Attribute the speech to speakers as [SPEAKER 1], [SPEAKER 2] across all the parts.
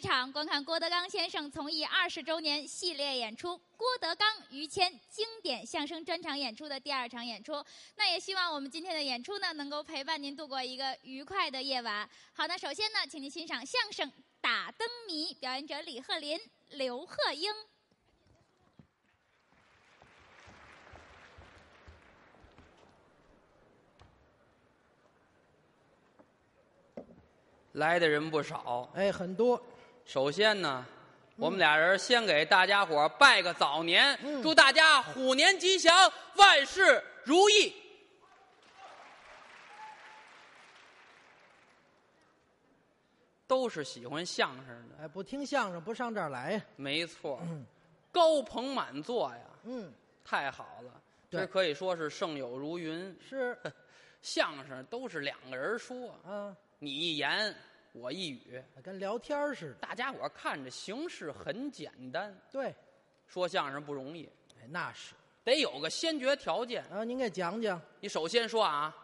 [SPEAKER 1] 场观看郭德纲先生从艺二十周年系列演出《郭德纲于谦经典相声专场演出》的第二场演出。那也希望我们今天的演出呢，能够陪伴您度过一个愉快的夜晚。好，那首先呢，请您欣赏相声《打灯谜》，表演者李鹤林、刘鹤英。
[SPEAKER 2] 来的人不少。
[SPEAKER 3] 哎，很多，
[SPEAKER 2] 首先呢，我们俩人先给大家伙儿拜个早年，祝大家虎年吉祥，万事如意。都是喜欢相声的，
[SPEAKER 3] 哎，不听相声不上这儿来呀。
[SPEAKER 2] 没错，高朋满座呀，
[SPEAKER 3] 嗯，
[SPEAKER 2] 太好了。
[SPEAKER 3] 对
[SPEAKER 2] 这可以说是胜友如云，
[SPEAKER 3] 是，
[SPEAKER 2] 相声都是两个人说，
[SPEAKER 3] 啊，
[SPEAKER 2] 你一言我一语，
[SPEAKER 3] 跟聊天儿似的。
[SPEAKER 2] 大家伙儿看着形式很简单，
[SPEAKER 3] 对，
[SPEAKER 2] 说相声不容易，
[SPEAKER 3] 哎，那是
[SPEAKER 2] 得有个先决条件。
[SPEAKER 3] 啊，您给讲讲
[SPEAKER 2] 你首先说啊，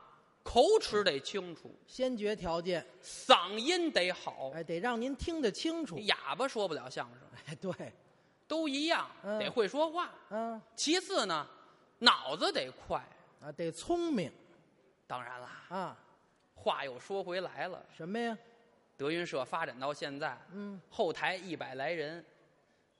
[SPEAKER 2] 口齿得清楚，
[SPEAKER 3] 先决条件，
[SPEAKER 2] 嗓音得好。
[SPEAKER 3] 哎，得让您听得清楚
[SPEAKER 2] 你。哑巴说不了相声，
[SPEAKER 3] 哎， 对，
[SPEAKER 2] 都一样，
[SPEAKER 3] 嗯
[SPEAKER 2] 得会说话。
[SPEAKER 3] 啊
[SPEAKER 2] 其次呢，脑子得快。
[SPEAKER 3] 啊，得聪明
[SPEAKER 2] 当然啦，
[SPEAKER 3] 啊，
[SPEAKER 2] 话又说回来了，
[SPEAKER 3] 什么呀？
[SPEAKER 2] 德云社发展到现在，
[SPEAKER 3] 嗯
[SPEAKER 2] 后台一百来人，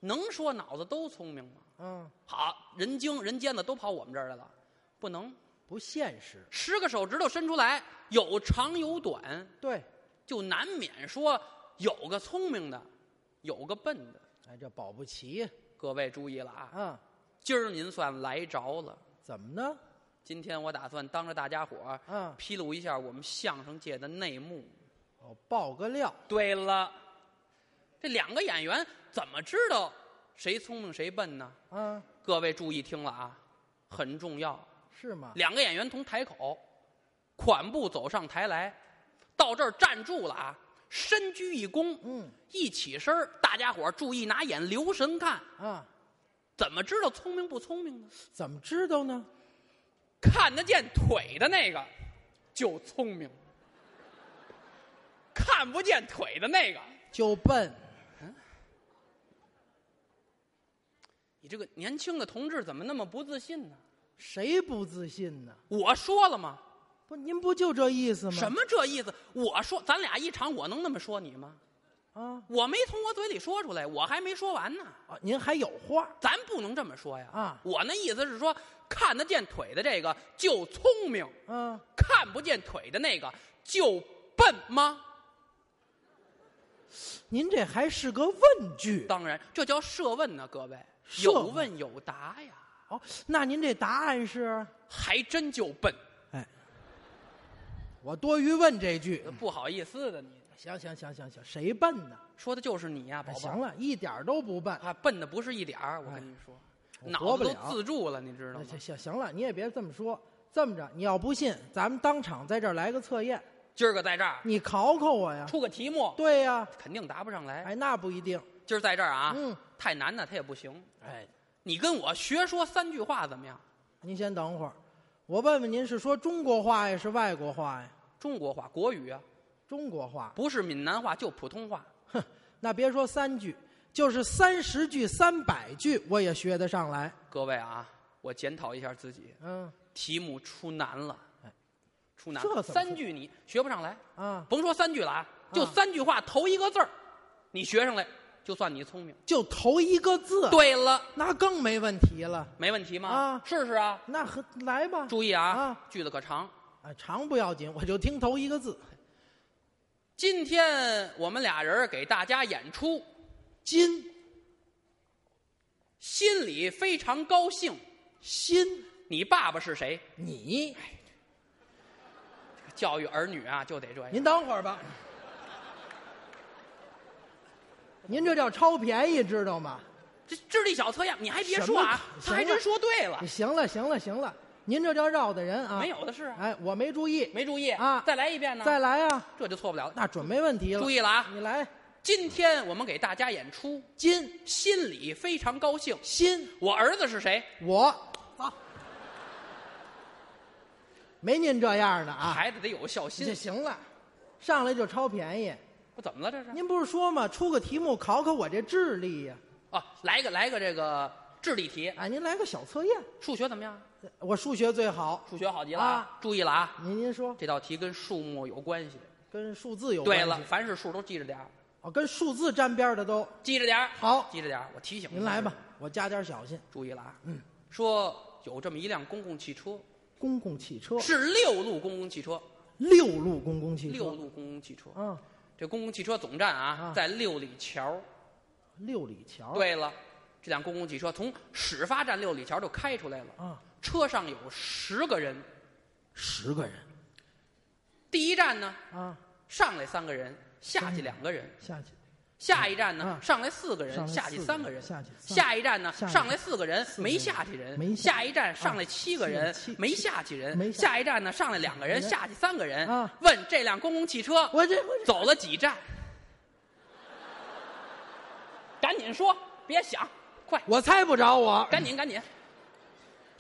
[SPEAKER 2] 能说脑子都聪明吗？
[SPEAKER 3] 嗯，
[SPEAKER 2] 好，人精人尖子都跑我们这儿来了，不能。
[SPEAKER 3] 不现实。
[SPEAKER 2] 十个手指头伸出来，有长有短，
[SPEAKER 3] 对，
[SPEAKER 2] 就难免说有个聪明的，有个笨的。
[SPEAKER 3] 哎，这保不齐呀
[SPEAKER 2] 各位注意了啊，
[SPEAKER 3] 啊，
[SPEAKER 2] 今儿您算来着了。
[SPEAKER 3] 怎么呢？
[SPEAKER 2] 今天我打算当着大家伙儿
[SPEAKER 3] 嗯
[SPEAKER 2] 披露一下我们相声界的内幕。
[SPEAKER 3] 哦，爆个料，
[SPEAKER 2] 对了，这两个演员怎么知道谁聪明谁笨呢？
[SPEAKER 3] 啊，
[SPEAKER 2] 各位注意听了啊，很重要。
[SPEAKER 3] 是吗？
[SPEAKER 2] 两个演员同台口，款步走上台来，到这儿站住了啊，深鞠一躬，
[SPEAKER 3] 嗯
[SPEAKER 2] 一起身儿大家伙儿注意拿眼留神看，
[SPEAKER 3] 啊，
[SPEAKER 2] 怎么知道聪明不聪明呢？
[SPEAKER 3] 怎么知道呢？
[SPEAKER 2] 看得见腿的那个就聪明，看不见腿的那个，
[SPEAKER 3] 就笨，
[SPEAKER 2] 你这个年轻的同志怎么那么不自信呢？
[SPEAKER 3] 谁不自信呢？
[SPEAKER 2] 我说了吗？
[SPEAKER 3] 不，您不就这意思吗？
[SPEAKER 2] 什么这意思？我说咱俩一场，我能那么说你吗？
[SPEAKER 3] 啊
[SPEAKER 2] 我没从我嘴里说出来，我还没说完呢。
[SPEAKER 3] 啊，您还有话？
[SPEAKER 2] 咱不能这么说呀！
[SPEAKER 3] 啊
[SPEAKER 2] 我那意思是说，看得见腿的这个就聪明，
[SPEAKER 3] 啊，
[SPEAKER 2] 看不见腿的那个就笨吗？
[SPEAKER 3] 您这还是个问句
[SPEAKER 2] 当然，这叫设问呢、各位，
[SPEAKER 3] 设
[SPEAKER 2] 有
[SPEAKER 3] 问
[SPEAKER 2] 问有答呀，
[SPEAKER 3] 哦。那您这答案是？
[SPEAKER 2] 还真就笨，
[SPEAKER 3] 哎，我多余问这句。
[SPEAKER 2] 不好意思的你，
[SPEAKER 3] 行行行行行，谁笨呢？哎
[SPEAKER 2] 说的就是你呀、宝宝。
[SPEAKER 3] 行了，一点儿都不笨。
[SPEAKER 2] 啊，笨的不是一点儿，我跟你说，
[SPEAKER 3] 我
[SPEAKER 2] 脑
[SPEAKER 3] 活
[SPEAKER 2] 子
[SPEAKER 3] 不
[SPEAKER 2] 都
[SPEAKER 3] 了哎
[SPEAKER 2] 自助了，你知道吗？
[SPEAKER 3] 行行行了，你也别这么说。这么着，你要不信，咱们当场在这儿来个测验，
[SPEAKER 2] 今儿个在这儿
[SPEAKER 3] 你考考我呀。
[SPEAKER 2] 出个题目，
[SPEAKER 3] 对呀、
[SPEAKER 2] 肯定答不上来。
[SPEAKER 3] 哎，那不一定。
[SPEAKER 2] 今儿在这儿啊，
[SPEAKER 3] 嗯
[SPEAKER 2] 太难呢，他也不行。
[SPEAKER 3] 哎，
[SPEAKER 2] 你跟我学说三句话怎么样？
[SPEAKER 3] 您先等会儿，我问问您是说中国话呀，是外国话呀？
[SPEAKER 2] 中国话、国语啊，
[SPEAKER 3] 中国话。
[SPEAKER 2] 不是闽南话就普通话。
[SPEAKER 3] 哼，那别说三句，就是三十句、三百句，我也学得上来。
[SPEAKER 2] 各位啊，我检讨一下自己，
[SPEAKER 3] 嗯，
[SPEAKER 2] 题目出难了
[SPEAKER 3] 哎，
[SPEAKER 2] 出难
[SPEAKER 3] 这
[SPEAKER 2] 了。
[SPEAKER 3] 怎么嗯
[SPEAKER 2] 三句你学不上来，
[SPEAKER 3] 啊，
[SPEAKER 2] 甭说三句了啊，就三句话头一个字儿，你学上来就算你聪明。
[SPEAKER 3] 就头一个字，，
[SPEAKER 2] 对了，
[SPEAKER 3] 那更没问题了。
[SPEAKER 2] 没问题吗？
[SPEAKER 3] 啊
[SPEAKER 2] 试试啊。
[SPEAKER 3] 那和来吧，
[SPEAKER 2] 注意啊，
[SPEAKER 3] 啊
[SPEAKER 2] 句子可长。
[SPEAKER 3] 啊，长不要紧，我就听头一个字，
[SPEAKER 2] 今天我们俩人儿给大家演出，
[SPEAKER 3] 金
[SPEAKER 2] 心里非常高兴。
[SPEAKER 3] 心
[SPEAKER 2] 你爸爸是谁？
[SPEAKER 3] 你。
[SPEAKER 2] 教育儿女啊，就得这样。
[SPEAKER 3] 您等会儿吧，您这叫抄便宜，知道吗？
[SPEAKER 2] 这智力小测验，你还别说啊
[SPEAKER 3] 什么，
[SPEAKER 2] 他还真说对了，
[SPEAKER 3] 行了，行了，行了，您这叫绕的人啊！
[SPEAKER 2] 啊没有的是啊，
[SPEAKER 3] 哎，我没注意，
[SPEAKER 2] 没注意
[SPEAKER 3] 啊
[SPEAKER 2] 再来一遍呢，
[SPEAKER 3] 再来啊，
[SPEAKER 2] 这就错不了了。
[SPEAKER 3] 那准没问题了。
[SPEAKER 2] 注意了啊，
[SPEAKER 3] 你来，
[SPEAKER 2] 今天我们给大家演出，
[SPEAKER 3] 金
[SPEAKER 2] 心里非常高兴。
[SPEAKER 3] 心
[SPEAKER 2] 我儿子是谁？
[SPEAKER 3] 我啊，没您这样的啊！
[SPEAKER 2] 孩子得有孝
[SPEAKER 3] 啊这
[SPEAKER 2] 心。
[SPEAKER 3] 行了，上来就抄便宜，
[SPEAKER 2] 不怎么了这是？
[SPEAKER 3] 您不是说吗？出个题目考考我这智力呀、
[SPEAKER 2] 哦，来个来个这个智力题，
[SPEAKER 3] 哎，您来个小测验，
[SPEAKER 2] 数学怎么样？
[SPEAKER 3] 我数学最好。
[SPEAKER 2] 数学好极了啊，
[SPEAKER 3] 啊
[SPEAKER 2] 注意了啊，
[SPEAKER 3] 您您说
[SPEAKER 2] 这道题跟数目有关系。
[SPEAKER 3] 跟数字有关
[SPEAKER 2] 对
[SPEAKER 3] 系？
[SPEAKER 2] 了，凡是数都记着点儿，
[SPEAKER 3] 哦，跟数字沾边的都
[SPEAKER 2] 记着点儿，
[SPEAKER 3] 好。
[SPEAKER 2] 记着点儿。我提醒
[SPEAKER 3] 您来吧，，我加点小心。
[SPEAKER 2] 注意了啊。
[SPEAKER 3] 嗯，
[SPEAKER 2] 说有这么一辆公共汽车，
[SPEAKER 3] 公共汽车
[SPEAKER 2] 是六路公共汽车，
[SPEAKER 3] 六路公共汽车，
[SPEAKER 2] 六路公共汽车。
[SPEAKER 3] 啊，
[SPEAKER 2] 这公共汽车总站啊
[SPEAKER 3] 啊，
[SPEAKER 2] 在六里桥。
[SPEAKER 3] 六里桥
[SPEAKER 2] 对了，这辆公共汽车从始发站六里桥就开出来了，
[SPEAKER 3] 啊，
[SPEAKER 2] 车上有十个人。
[SPEAKER 3] 十个人
[SPEAKER 2] 第一站呢，
[SPEAKER 3] 啊，
[SPEAKER 2] 上来三个人，下去两个人；
[SPEAKER 3] 下去
[SPEAKER 2] 下一站呢
[SPEAKER 3] 啊，
[SPEAKER 2] 上来四个人，
[SPEAKER 3] 上来
[SPEAKER 2] 下去
[SPEAKER 3] 四个
[SPEAKER 2] 三个人；
[SPEAKER 3] 下去三
[SPEAKER 2] 下一站呢，
[SPEAKER 3] 下去
[SPEAKER 2] 上来四个人，
[SPEAKER 3] 四个
[SPEAKER 2] 没
[SPEAKER 3] 人
[SPEAKER 2] 下去人；
[SPEAKER 3] 没下啊
[SPEAKER 2] 下一站上来七个人
[SPEAKER 3] 七，
[SPEAKER 2] 没
[SPEAKER 3] 七
[SPEAKER 2] 下去人；
[SPEAKER 3] 没下
[SPEAKER 2] 下一站呢，上来两个人，
[SPEAKER 3] 人
[SPEAKER 2] 下去三个人。
[SPEAKER 3] 啊
[SPEAKER 2] 问这辆公共汽车
[SPEAKER 3] 我这我这
[SPEAKER 2] 走了几站？ 赶紧说，别想，快，
[SPEAKER 3] 我猜不着我。
[SPEAKER 2] 赶紧赶紧。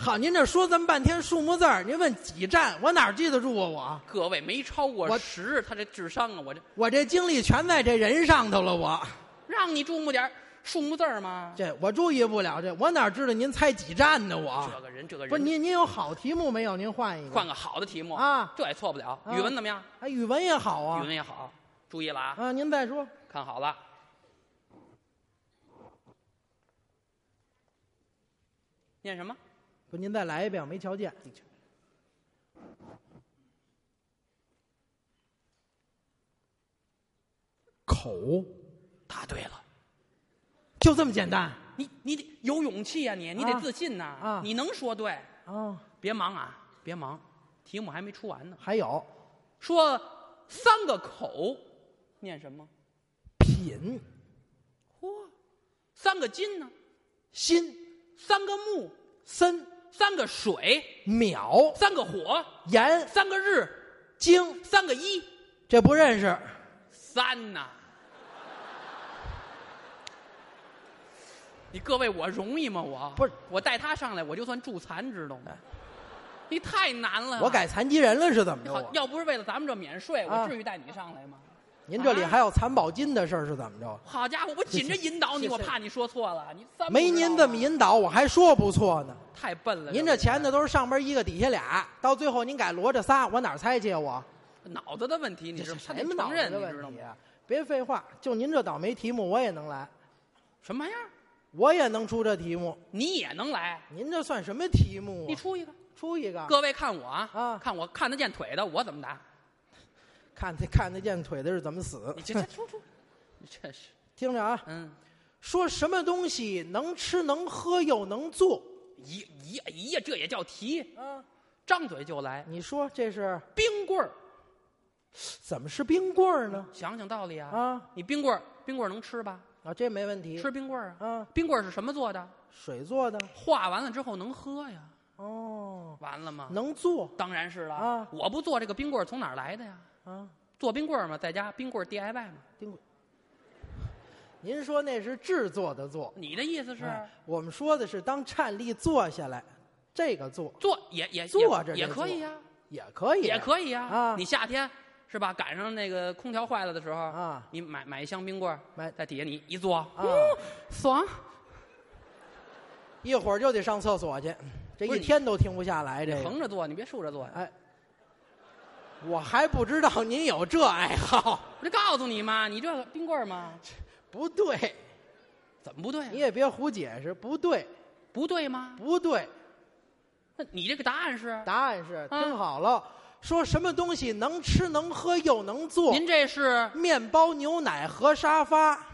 [SPEAKER 3] 好，您这说这么半天数目字儿，您问几站，我哪儿记得住啊？我
[SPEAKER 2] 各位没超过
[SPEAKER 3] 我
[SPEAKER 2] 十，他这智商啊，我这
[SPEAKER 3] 我这精力全在这人上头了，我
[SPEAKER 2] 让你注目点儿数目字儿吗？
[SPEAKER 3] 这我注意不了这，我哪知道您猜几站呢？我
[SPEAKER 2] 这个人，这个人，
[SPEAKER 3] 啊不是您，您有好题目没有？您换一个。
[SPEAKER 2] 换个好的题目
[SPEAKER 3] 啊
[SPEAKER 2] 这也错不了。
[SPEAKER 3] 啊
[SPEAKER 2] 语文怎么样？
[SPEAKER 3] 哎，语文也好
[SPEAKER 2] 语
[SPEAKER 3] 啊
[SPEAKER 2] 文。也好，注意了啊，
[SPEAKER 3] 啊，您再说。
[SPEAKER 2] 看好了。念什么？
[SPEAKER 3] 不，您再来一遍，我没瞧见。口，
[SPEAKER 2] 答对了，
[SPEAKER 3] 就这么简单
[SPEAKER 2] 你你得有勇气呀、你你得
[SPEAKER 3] 啊
[SPEAKER 2] 自信呐、
[SPEAKER 3] 啊
[SPEAKER 2] 你能说对，
[SPEAKER 3] 啊？
[SPEAKER 2] 别忙啊，别忙，题目还没出完呢。
[SPEAKER 3] 还有
[SPEAKER 2] 说三个口，念什么？
[SPEAKER 3] 品、
[SPEAKER 2] 嚯，三个金呢？
[SPEAKER 3] 心、
[SPEAKER 2] 三个木，
[SPEAKER 3] 森、
[SPEAKER 2] 三个水，
[SPEAKER 3] 秒、
[SPEAKER 2] 三个火，
[SPEAKER 3] 言、
[SPEAKER 2] 三个日，
[SPEAKER 3] 经，
[SPEAKER 2] 三个一，
[SPEAKER 3] 这不认
[SPEAKER 2] 啊
[SPEAKER 3] 识。
[SPEAKER 2] 三呐、你各位，我容易吗？我
[SPEAKER 3] 不是，哎
[SPEAKER 2] 我带他上来，我就算助残，知道吗？你太难了。啊
[SPEAKER 3] 我改残疾人了是怎么着
[SPEAKER 2] 好，
[SPEAKER 3] 啊？
[SPEAKER 2] 要不是为了咱们这免税，
[SPEAKER 3] 啊
[SPEAKER 2] 我至于带你上来吗？
[SPEAKER 3] 您这里
[SPEAKER 2] 啊
[SPEAKER 3] 还有残保金的事儿是怎么着？
[SPEAKER 2] 好家伙，我紧着引导你，
[SPEAKER 3] 谢谢
[SPEAKER 2] 我怕你说错了。你三不知
[SPEAKER 3] 没
[SPEAKER 2] 道
[SPEAKER 3] 您这么
[SPEAKER 2] 啊
[SPEAKER 3] 引导，我还说不错呢。
[SPEAKER 2] 太笨了。
[SPEAKER 3] 您这
[SPEAKER 2] 位
[SPEAKER 3] 钱呢都是上边一个底下俩，到最后您改摞着仨，我哪儿猜去啊我？
[SPEAKER 2] 脑子的问题，你是他得
[SPEAKER 3] 什么脑
[SPEAKER 2] 承
[SPEAKER 3] 子
[SPEAKER 2] 认，
[SPEAKER 3] 的
[SPEAKER 2] 你知道
[SPEAKER 3] 问题
[SPEAKER 2] 吗？
[SPEAKER 3] 啊？别废话，就您这倒霉题目我也能来，
[SPEAKER 2] 什么玩意儿？啊
[SPEAKER 3] 我也能出这题目。
[SPEAKER 2] 你也能来？
[SPEAKER 3] 您这算什么题目
[SPEAKER 2] 你
[SPEAKER 3] 啊？
[SPEAKER 2] 出一个。
[SPEAKER 3] 出一个，
[SPEAKER 2] 各位看我啊，
[SPEAKER 3] 啊
[SPEAKER 2] 看我看得见腿的，我怎么 答？
[SPEAKER 3] 看他看得见腿的是怎么死
[SPEAKER 2] 你？这这出出，你这是
[SPEAKER 3] 听着啊，
[SPEAKER 2] 嗯，
[SPEAKER 3] 说什么东西能吃能喝又能做？
[SPEAKER 2] 一一哎呀，这也叫题，
[SPEAKER 3] 啊，
[SPEAKER 2] 张嘴就来。
[SPEAKER 3] 你说这是
[SPEAKER 2] 冰棍儿，
[SPEAKER 3] 怎么是冰棍儿呢？
[SPEAKER 2] 想想道理啊，
[SPEAKER 3] 啊
[SPEAKER 2] 你冰棍儿，冰棍儿能吃吧？
[SPEAKER 3] 啊，这没问题。
[SPEAKER 2] 吃冰棍儿啊，
[SPEAKER 3] 啊，
[SPEAKER 2] 冰棍儿是什么做的？
[SPEAKER 3] 水做的
[SPEAKER 2] 化完了之后能喝呀？
[SPEAKER 3] 哦，
[SPEAKER 2] 完了吗？
[SPEAKER 3] 能做
[SPEAKER 2] 当然是了
[SPEAKER 3] 啊
[SPEAKER 2] 我不做这个冰棍儿从哪儿来的呀？
[SPEAKER 3] 啊。
[SPEAKER 2] 做冰棍儿嘛，在家冰棍儿 DIY 嘛。
[SPEAKER 3] 丁贵，您说那是制作的做，
[SPEAKER 2] 你的意思是、
[SPEAKER 3] 哎我们说的是当站立坐下来，这个坐
[SPEAKER 2] 做也也也
[SPEAKER 3] 坐着
[SPEAKER 2] 也
[SPEAKER 3] 这
[SPEAKER 2] 可以啊
[SPEAKER 3] 坐
[SPEAKER 2] 呀、
[SPEAKER 3] 也可以，
[SPEAKER 2] 也可以呀、
[SPEAKER 3] 啊
[SPEAKER 2] 你夏天是吧？赶上那个空调坏了的时候
[SPEAKER 3] 啊
[SPEAKER 2] 你买买一箱冰棍儿，
[SPEAKER 3] 买
[SPEAKER 2] 在底下你一坐，
[SPEAKER 3] 啊
[SPEAKER 2] 嗯爽。
[SPEAKER 3] 一会儿就得上厕所去，这
[SPEAKER 2] 不是
[SPEAKER 3] 一
[SPEAKER 2] 你
[SPEAKER 3] 天都停不下来。这个，
[SPEAKER 2] 横着坐，你别竖着坐呀。
[SPEAKER 3] 哎，我还不知道您有这爱好，
[SPEAKER 2] 我就告诉你嘛，你这个冰棍儿嘛，
[SPEAKER 3] 不对，
[SPEAKER 2] 怎么不对、
[SPEAKER 3] 你
[SPEAKER 2] 啊？
[SPEAKER 3] 也别胡解释，不对，
[SPEAKER 2] 不对吗？
[SPEAKER 3] 不对，
[SPEAKER 2] 那你这个答案是？
[SPEAKER 3] 答案是
[SPEAKER 2] 啊
[SPEAKER 3] 听好了，说什么东西能吃能喝又能做？
[SPEAKER 2] 您这是
[SPEAKER 3] 面包、牛奶和沙发。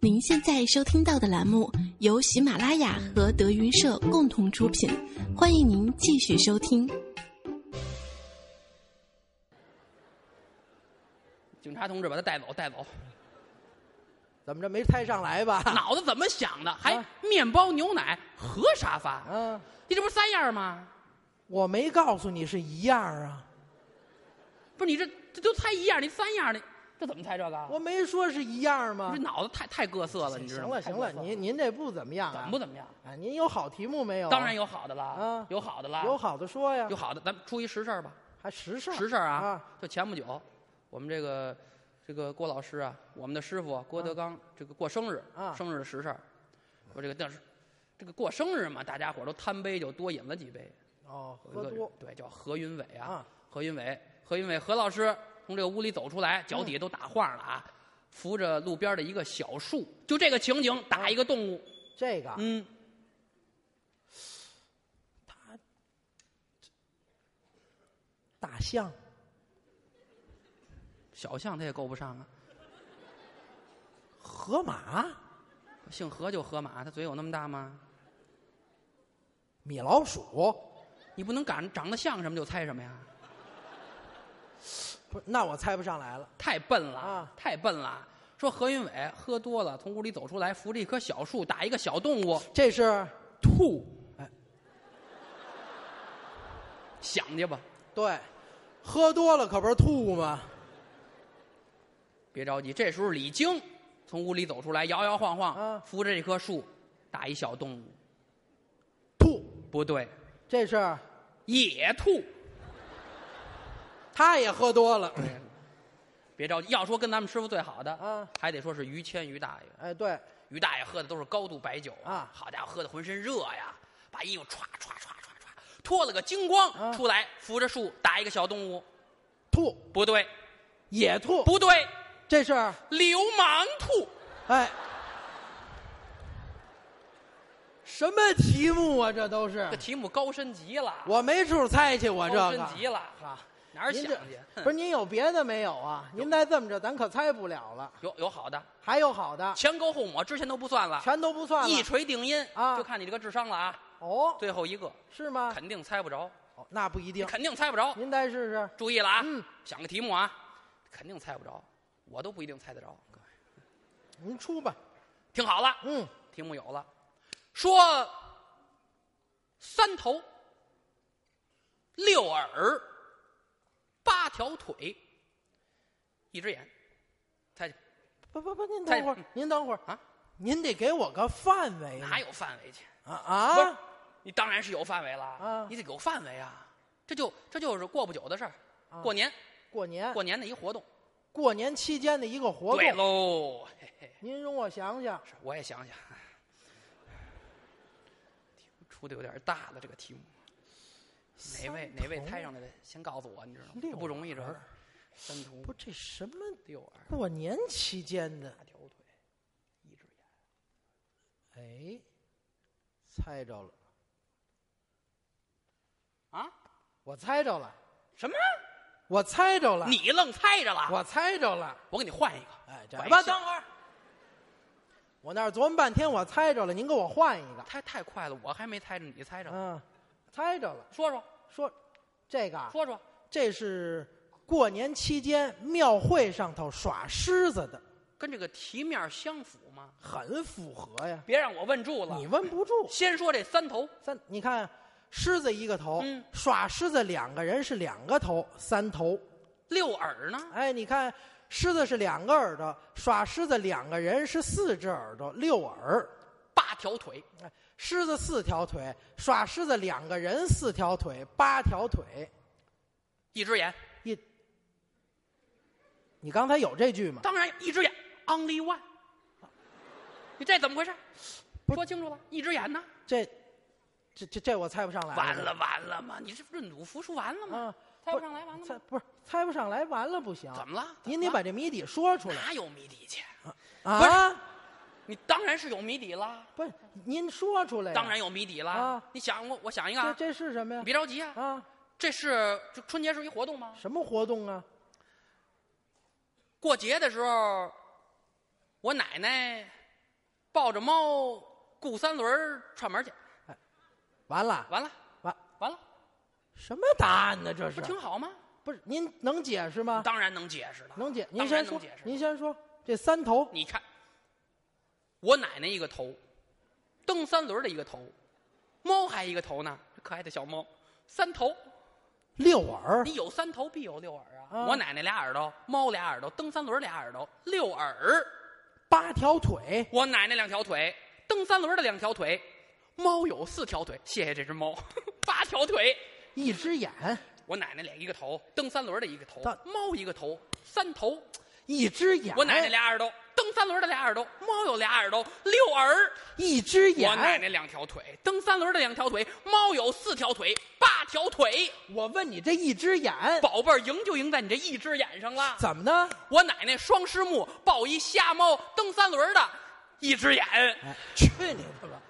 [SPEAKER 4] 您现在收听到的栏目由喜马拉雅和德云社共同出品，欢迎您继续收听。
[SPEAKER 2] 警察同志把他带走，带走。
[SPEAKER 3] 怎么着没猜上来吧？
[SPEAKER 2] 脑子怎么想的？还
[SPEAKER 3] 啊
[SPEAKER 2] 面包、牛奶和沙发，
[SPEAKER 3] 嗯，
[SPEAKER 2] 你这不是三样吗？
[SPEAKER 3] 我没告诉你是一样啊，
[SPEAKER 2] 不是你这这都猜一样，你三样的，这怎么猜这个？
[SPEAKER 3] 我没说是一样吗
[SPEAKER 2] 这？脑子太太各色了，你知
[SPEAKER 3] 行
[SPEAKER 2] 道吗？
[SPEAKER 3] 了行了，
[SPEAKER 2] 太各色
[SPEAKER 3] 您您这不怎么样
[SPEAKER 2] 怎
[SPEAKER 3] 啊
[SPEAKER 2] 么？不怎么样？
[SPEAKER 3] 啊，您有好题目没有？
[SPEAKER 2] 当然，有好的啦，
[SPEAKER 3] 啊
[SPEAKER 2] 有好的啦，
[SPEAKER 3] 有好的说呀
[SPEAKER 2] 有，好的，咱们出一实事儿吧，
[SPEAKER 3] 还实事儿
[SPEAKER 2] 实事儿啊，
[SPEAKER 3] 啊
[SPEAKER 2] 就前不久，我们这个这个郭老师啊，我们的师傅郭德纲，这个过生日，
[SPEAKER 3] 啊
[SPEAKER 2] 生日的实事儿，我这个但是这个过生日嘛，大家伙儿都贪杯就多饮了几杯，
[SPEAKER 3] 哦，
[SPEAKER 2] 有一
[SPEAKER 3] 喝
[SPEAKER 2] 个
[SPEAKER 3] 多
[SPEAKER 2] 对叫何云伟啊，
[SPEAKER 3] 啊
[SPEAKER 2] 何云伟，何云伟，何老师从这个屋里走出来，
[SPEAKER 3] 嗯
[SPEAKER 2] 脚底下都打晃了啊，扶着路边的一个小树，就这个情景
[SPEAKER 3] 啊
[SPEAKER 2] 打一个动物，
[SPEAKER 3] 这个
[SPEAKER 2] 嗯，
[SPEAKER 3] 大象
[SPEAKER 2] 小象它也够不上啊，
[SPEAKER 3] 河马
[SPEAKER 2] 姓何就河马，它嘴有那么大吗？
[SPEAKER 3] 米老鼠，
[SPEAKER 2] 你不能赶长得像什么就猜什么呀，
[SPEAKER 3] 不是那我猜不上来了。
[SPEAKER 2] 太笨了，
[SPEAKER 3] 啊
[SPEAKER 2] 太笨了。说何云伟喝多了，从屋里走出来，扶着一棵小树打一个小动物，
[SPEAKER 3] 这是兔，哎，
[SPEAKER 2] 想去吧，
[SPEAKER 3] 对，喝多了可不是吐吗？
[SPEAKER 2] 别着急。这时候李菁从屋里走出来，摇摇晃晃，
[SPEAKER 3] 啊
[SPEAKER 2] 扶着这棵树打一小动物，
[SPEAKER 3] 兔，
[SPEAKER 2] 不对，
[SPEAKER 3] 这是
[SPEAKER 2] 野兔。
[SPEAKER 3] 他也喝多了。
[SPEAKER 2] 嗯别着急，要说跟咱们师傅最好的，
[SPEAKER 3] 啊
[SPEAKER 2] 还得说是于谦于大爷。
[SPEAKER 3] 哎，对，
[SPEAKER 2] 于大爷喝的都是高度白酒
[SPEAKER 3] 啊
[SPEAKER 2] 好家伙，喝的浑身热呀，把衣服歘歘歘歘歘脱了个精光、
[SPEAKER 3] 啊
[SPEAKER 2] 出来，扶着树打一个小动物，
[SPEAKER 3] 兔，
[SPEAKER 2] 不对，
[SPEAKER 3] 野兔，
[SPEAKER 2] 不对，
[SPEAKER 3] 这是
[SPEAKER 2] 流氓兔，
[SPEAKER 3] 哎，什么题目啊？这都是
[SPEAKER 2] 这题目高深极了，
[SPEAKER 3] 我没处猜去，我这
[SPEAKER 2] 高
[SPEAKER 3] 个
[SPEAKER 2] 深极了
[SPEAKER 3] 啊，
[SPEAKER 2] 哪儿想去
[SPEAKER 3] 您这？
[SPEAKER 2] 哼
[SPEAKER 3] 不是您有别的没有 啊？您再这么着，咱可猜不了了。
[SPEAKER 2] 有有好的，
[SPEAKER 3] 还有 好的，
[SPEAKER 2] 前沟后抹之前都不算了，
[SPEAKER 3] 全都不算了
[SPEAKER 2] 一。锤定音
[SPEAKER 3] 啊
[SPEAKER 2] 就看你这个智商了啊。
[SPEAKER 3] 哦，啊
[SPEAKER 2] 最后一个
[SPEAKER 3] 是吗？
[SPEAKER 2] 肯定猜不着，
[SPEAKER 3] 哦那不一定。
[SPEAKER 2] 肯定猜不着。
[SPEAKER 3] 您再试试。
[SPEAKER 2] 注意了啊，
[SPEAKER 3] 嗯
[SPEAKER 2] 想个题目啊，肯定猜不着，我都不一定猜得着。各位
[SPEAKER 3] 您出吧。
[SPEAKER 2] 听好了，
[SPEAKER 3] 嗯，
[SPEAKER 2] 题目有了，说三头六耳八条腿，一只眼，猜
[SPEAKER 3] 嗯
[SPEAKER 2] 去
[SPEAKER 3] 不不不，您等会儿
[SPEAKER 2] 猜，
[SPEAKER 3] 您等会儿
[SPEAKER 2] 啊，
[SPEAKER 3] 您得给我个范围呢。
[SPEAKER 2] 哪有范围去？
[SPEAKER 3] 啊
[SPEAKER 2] 不是
[SPEAKER 3] 啊？，
[SPEAKER 2] 你当然是有范围了，
[SPEAKER 3] 啊
[SPEAKER 2] 你得有范围啊，这就这就是过不久的事儿，
[SPEAKER 3] 啊
[SPEAKER 2] 过年
[SPEAKER 3] 过年
[SPEAKER 2] 过年的一活动，
[SPEAKER 3] 过年期间的一个活
[SPEAKER 2] 对
[SPEAKER 3] 动，
[SPEAKER 2] 喽，嘿嘿。
[SPEAKER 3] 您容我想想，
[SPEAKER 2] 是我也想 想，哎出的有点大了这个题目，哪位哪位猜上来的，先告诉我，你知道吗？
[SPEAKER 3] 六
[SPEAKER 2] 不容易，这
[SPEAKER 3] 耳
[SPEAKER 2] 是三头
[SPEAKER 3] 不，这什么
[SPEAKER 2] 六耳
[SPEAKER 3] 过年期间的？
[SPEAKER 2] 八条腿，一只眼，
[SPEAKER 3] 哎，猜着了，
[SPEAKER 2] 啊？
[SPEAKER 3] 我猜着了，
[SPEAKER 2] 什么？
[SPEAKER 3] 我猜着了，
[SPEAKER 2] 你愣猜着了？
[SPEAKER 3] 我猜着了。
[SPEAKER 2] 我给你换一个，
[SPEAKER 3] 哎，这
[SPEAKER 2] 换一
[SPEAKER 3] 吧
[SPEAKER 2] 个
[SPEAKER 3] 等会儿，我那儿琢磨半天，我猜着了，您给我换一个。
[SPEAKER 2] 太太快了，我还没猜着，你猜着了？
[SPEAKER 3] 嗯，猜着了，
[SPEAKER 2] 说说
[SPEAKER 3] 说这个啊，
[SPEAKER 2] 说说，
[SPEAKER 3] 这是过年期间庙会上头耍狮子的，
[SPEAKER 2] 跟这个题面相符吗？
[SPEAKER 3] 很符合呀。
[SPEAKER 2] 别让我问住了
[SPEAKER 3] 你，问不住，
[SPEAKER 2] 先说这三头，
[SPEAKER 3] 三，你看狮子一个头，
[SPEAKER 2] 嗯
[SPEAKER 3] 耍狮子两个人是两个头，三头。
[SPEAKER 2] 六耳呢？
[SPEAKER 3] 哎，你看狮子是两个耳朵，耍狮子两个人是四只耳朵，六耳。
[SPEAKER 2] 八条腿，
[SPEAKER 3] 哎狮子四条腿，耍狮子两个人四条腿，八条腿。
[SPEAKER 2] 一只眼，
[SPEAKER 3] 一，你刚才有这句吗？
[SPEAKER 2] 当然一只眼，only one。你这怎么回事？
[SPEAKER 3] 不是
[SPEAKER 2] 说清楚了，一只眼呢？
[SPEAKER 3] 这，这这这我猜不上来。
[SPEAKER 2] 完了完了嘛！你这不是忍辱负重完了吗？
[SPEAKER 3] 哎啊！
[SPEAKER 2] 猜不上来完了
[SPEAKER 3] 猜
[SPEAKER 2] 吗？
[SPEAKER 3] 不是猜不上来，完了不行。
[SPEAKER 2] 怎么了？
[SPEAKER 3] 啊您得
[SPEAKER 2] 怎么
[SPEAKER 3] 把这谜底说出
[SPEAKER 2] 了
[SPEAKER 3] 来
[SPEAKER 2] 哪有谜底去？不
[SPEAKER 3] 啊！
[SPEAKER 2] 你当然是有谜底啦，
[SPEAKER 3] 不是您说出来呀，
[SPEAKER 2] 当然有谜底啦
[SPEAKER 3] 啊。
[SPEAKER 2] 你想我，我想一个
[SPEAKER 3] 这
[SPEAKER 2] 啊，
[SPEAKER 3] 这是什么呀
[SPEAKER 2] 你？别着急啊。
[SPEAKER 3] 啊，
[SPEAKER 2] 这是这春节是一活动吗？
[SPEAKER 3] 什么活动啊？
[SPEAKER 2] 过节的时候，我奶奶抱着猫雇三轮儿串门去，
[SPEAKER 3] 完了，
[SPEAKER 2] 完了
[SPEAKER 3] 完
[SPEAKER 2] 完了，
[SPEAKER 3] 什么答案呢？这
[SPEAKER 2] 不
[SPEAKER 3] 是啊
[SPEAKER 2] 挺好吗？
[SPEAKER 3] 不是您能解释吗？
[SPEAKER 2] 当然能解释了，
[SPEAKER 3] 能解，您
[SPEAKER 2] 当
[SPEAKER 3] 先
[SPEAKER 2] 然
[SPEAKER 3] 说
[SPEAKER 2] 能解，释。
[SPEAKER 3] 您先说这三头
[SPEAKER 2] 你看，我奶奶一个头，蹬三轮的一个头，猫还一个头呢，这可爱的小猫，三头，
[SPEAKER 3] 六耳
[SPEAKER 2] 你有三头必有六耳啊！
[SPEAKER 3] 啊
[SPEAKER 2] 我奶奶俩耳朵，猫俩耳朵，蹬三轮俩耳朵，六耳。
[SPEAKER 3] 八条腿，
[SPEAKER 2] 我奶奶两条腿，蹬三轮的两条腿，猫有四条腿。谢谢这只猫， 八条腿。
[SPEAKER 3] 一只眼，
[SPEAKER 2] 我奶奶俩一个头，蹬三轮的一个头
[SPEAKER 3] 但，哎
[SPEAKER 2] 猫一个头，三头。
[SPEAKER 3] 一只眼，
[SPEAKER 2] 我奶奶俩耳朵，蹬三轮的俩耳朵，猫有俩耳朵，六耳。
[SPEAKER 3] 一只眼，
[SPEAKER 2] 我奶奶两条腿，蹬三轮的两条腿，猫有四条腿，八条腿。
[SPEAKER 3] 我问你这一只眼
[SPEAKER 2] 宝贝儿，赢就赢在你这一只眼上了。
[SPEAKER 3] 怎么呢？
[SPEAKER 2] 我奶奶双狮目抱一瞎猫蹬三轮的，一只眼。
[SPEAKER 3] 哎，去你的吧！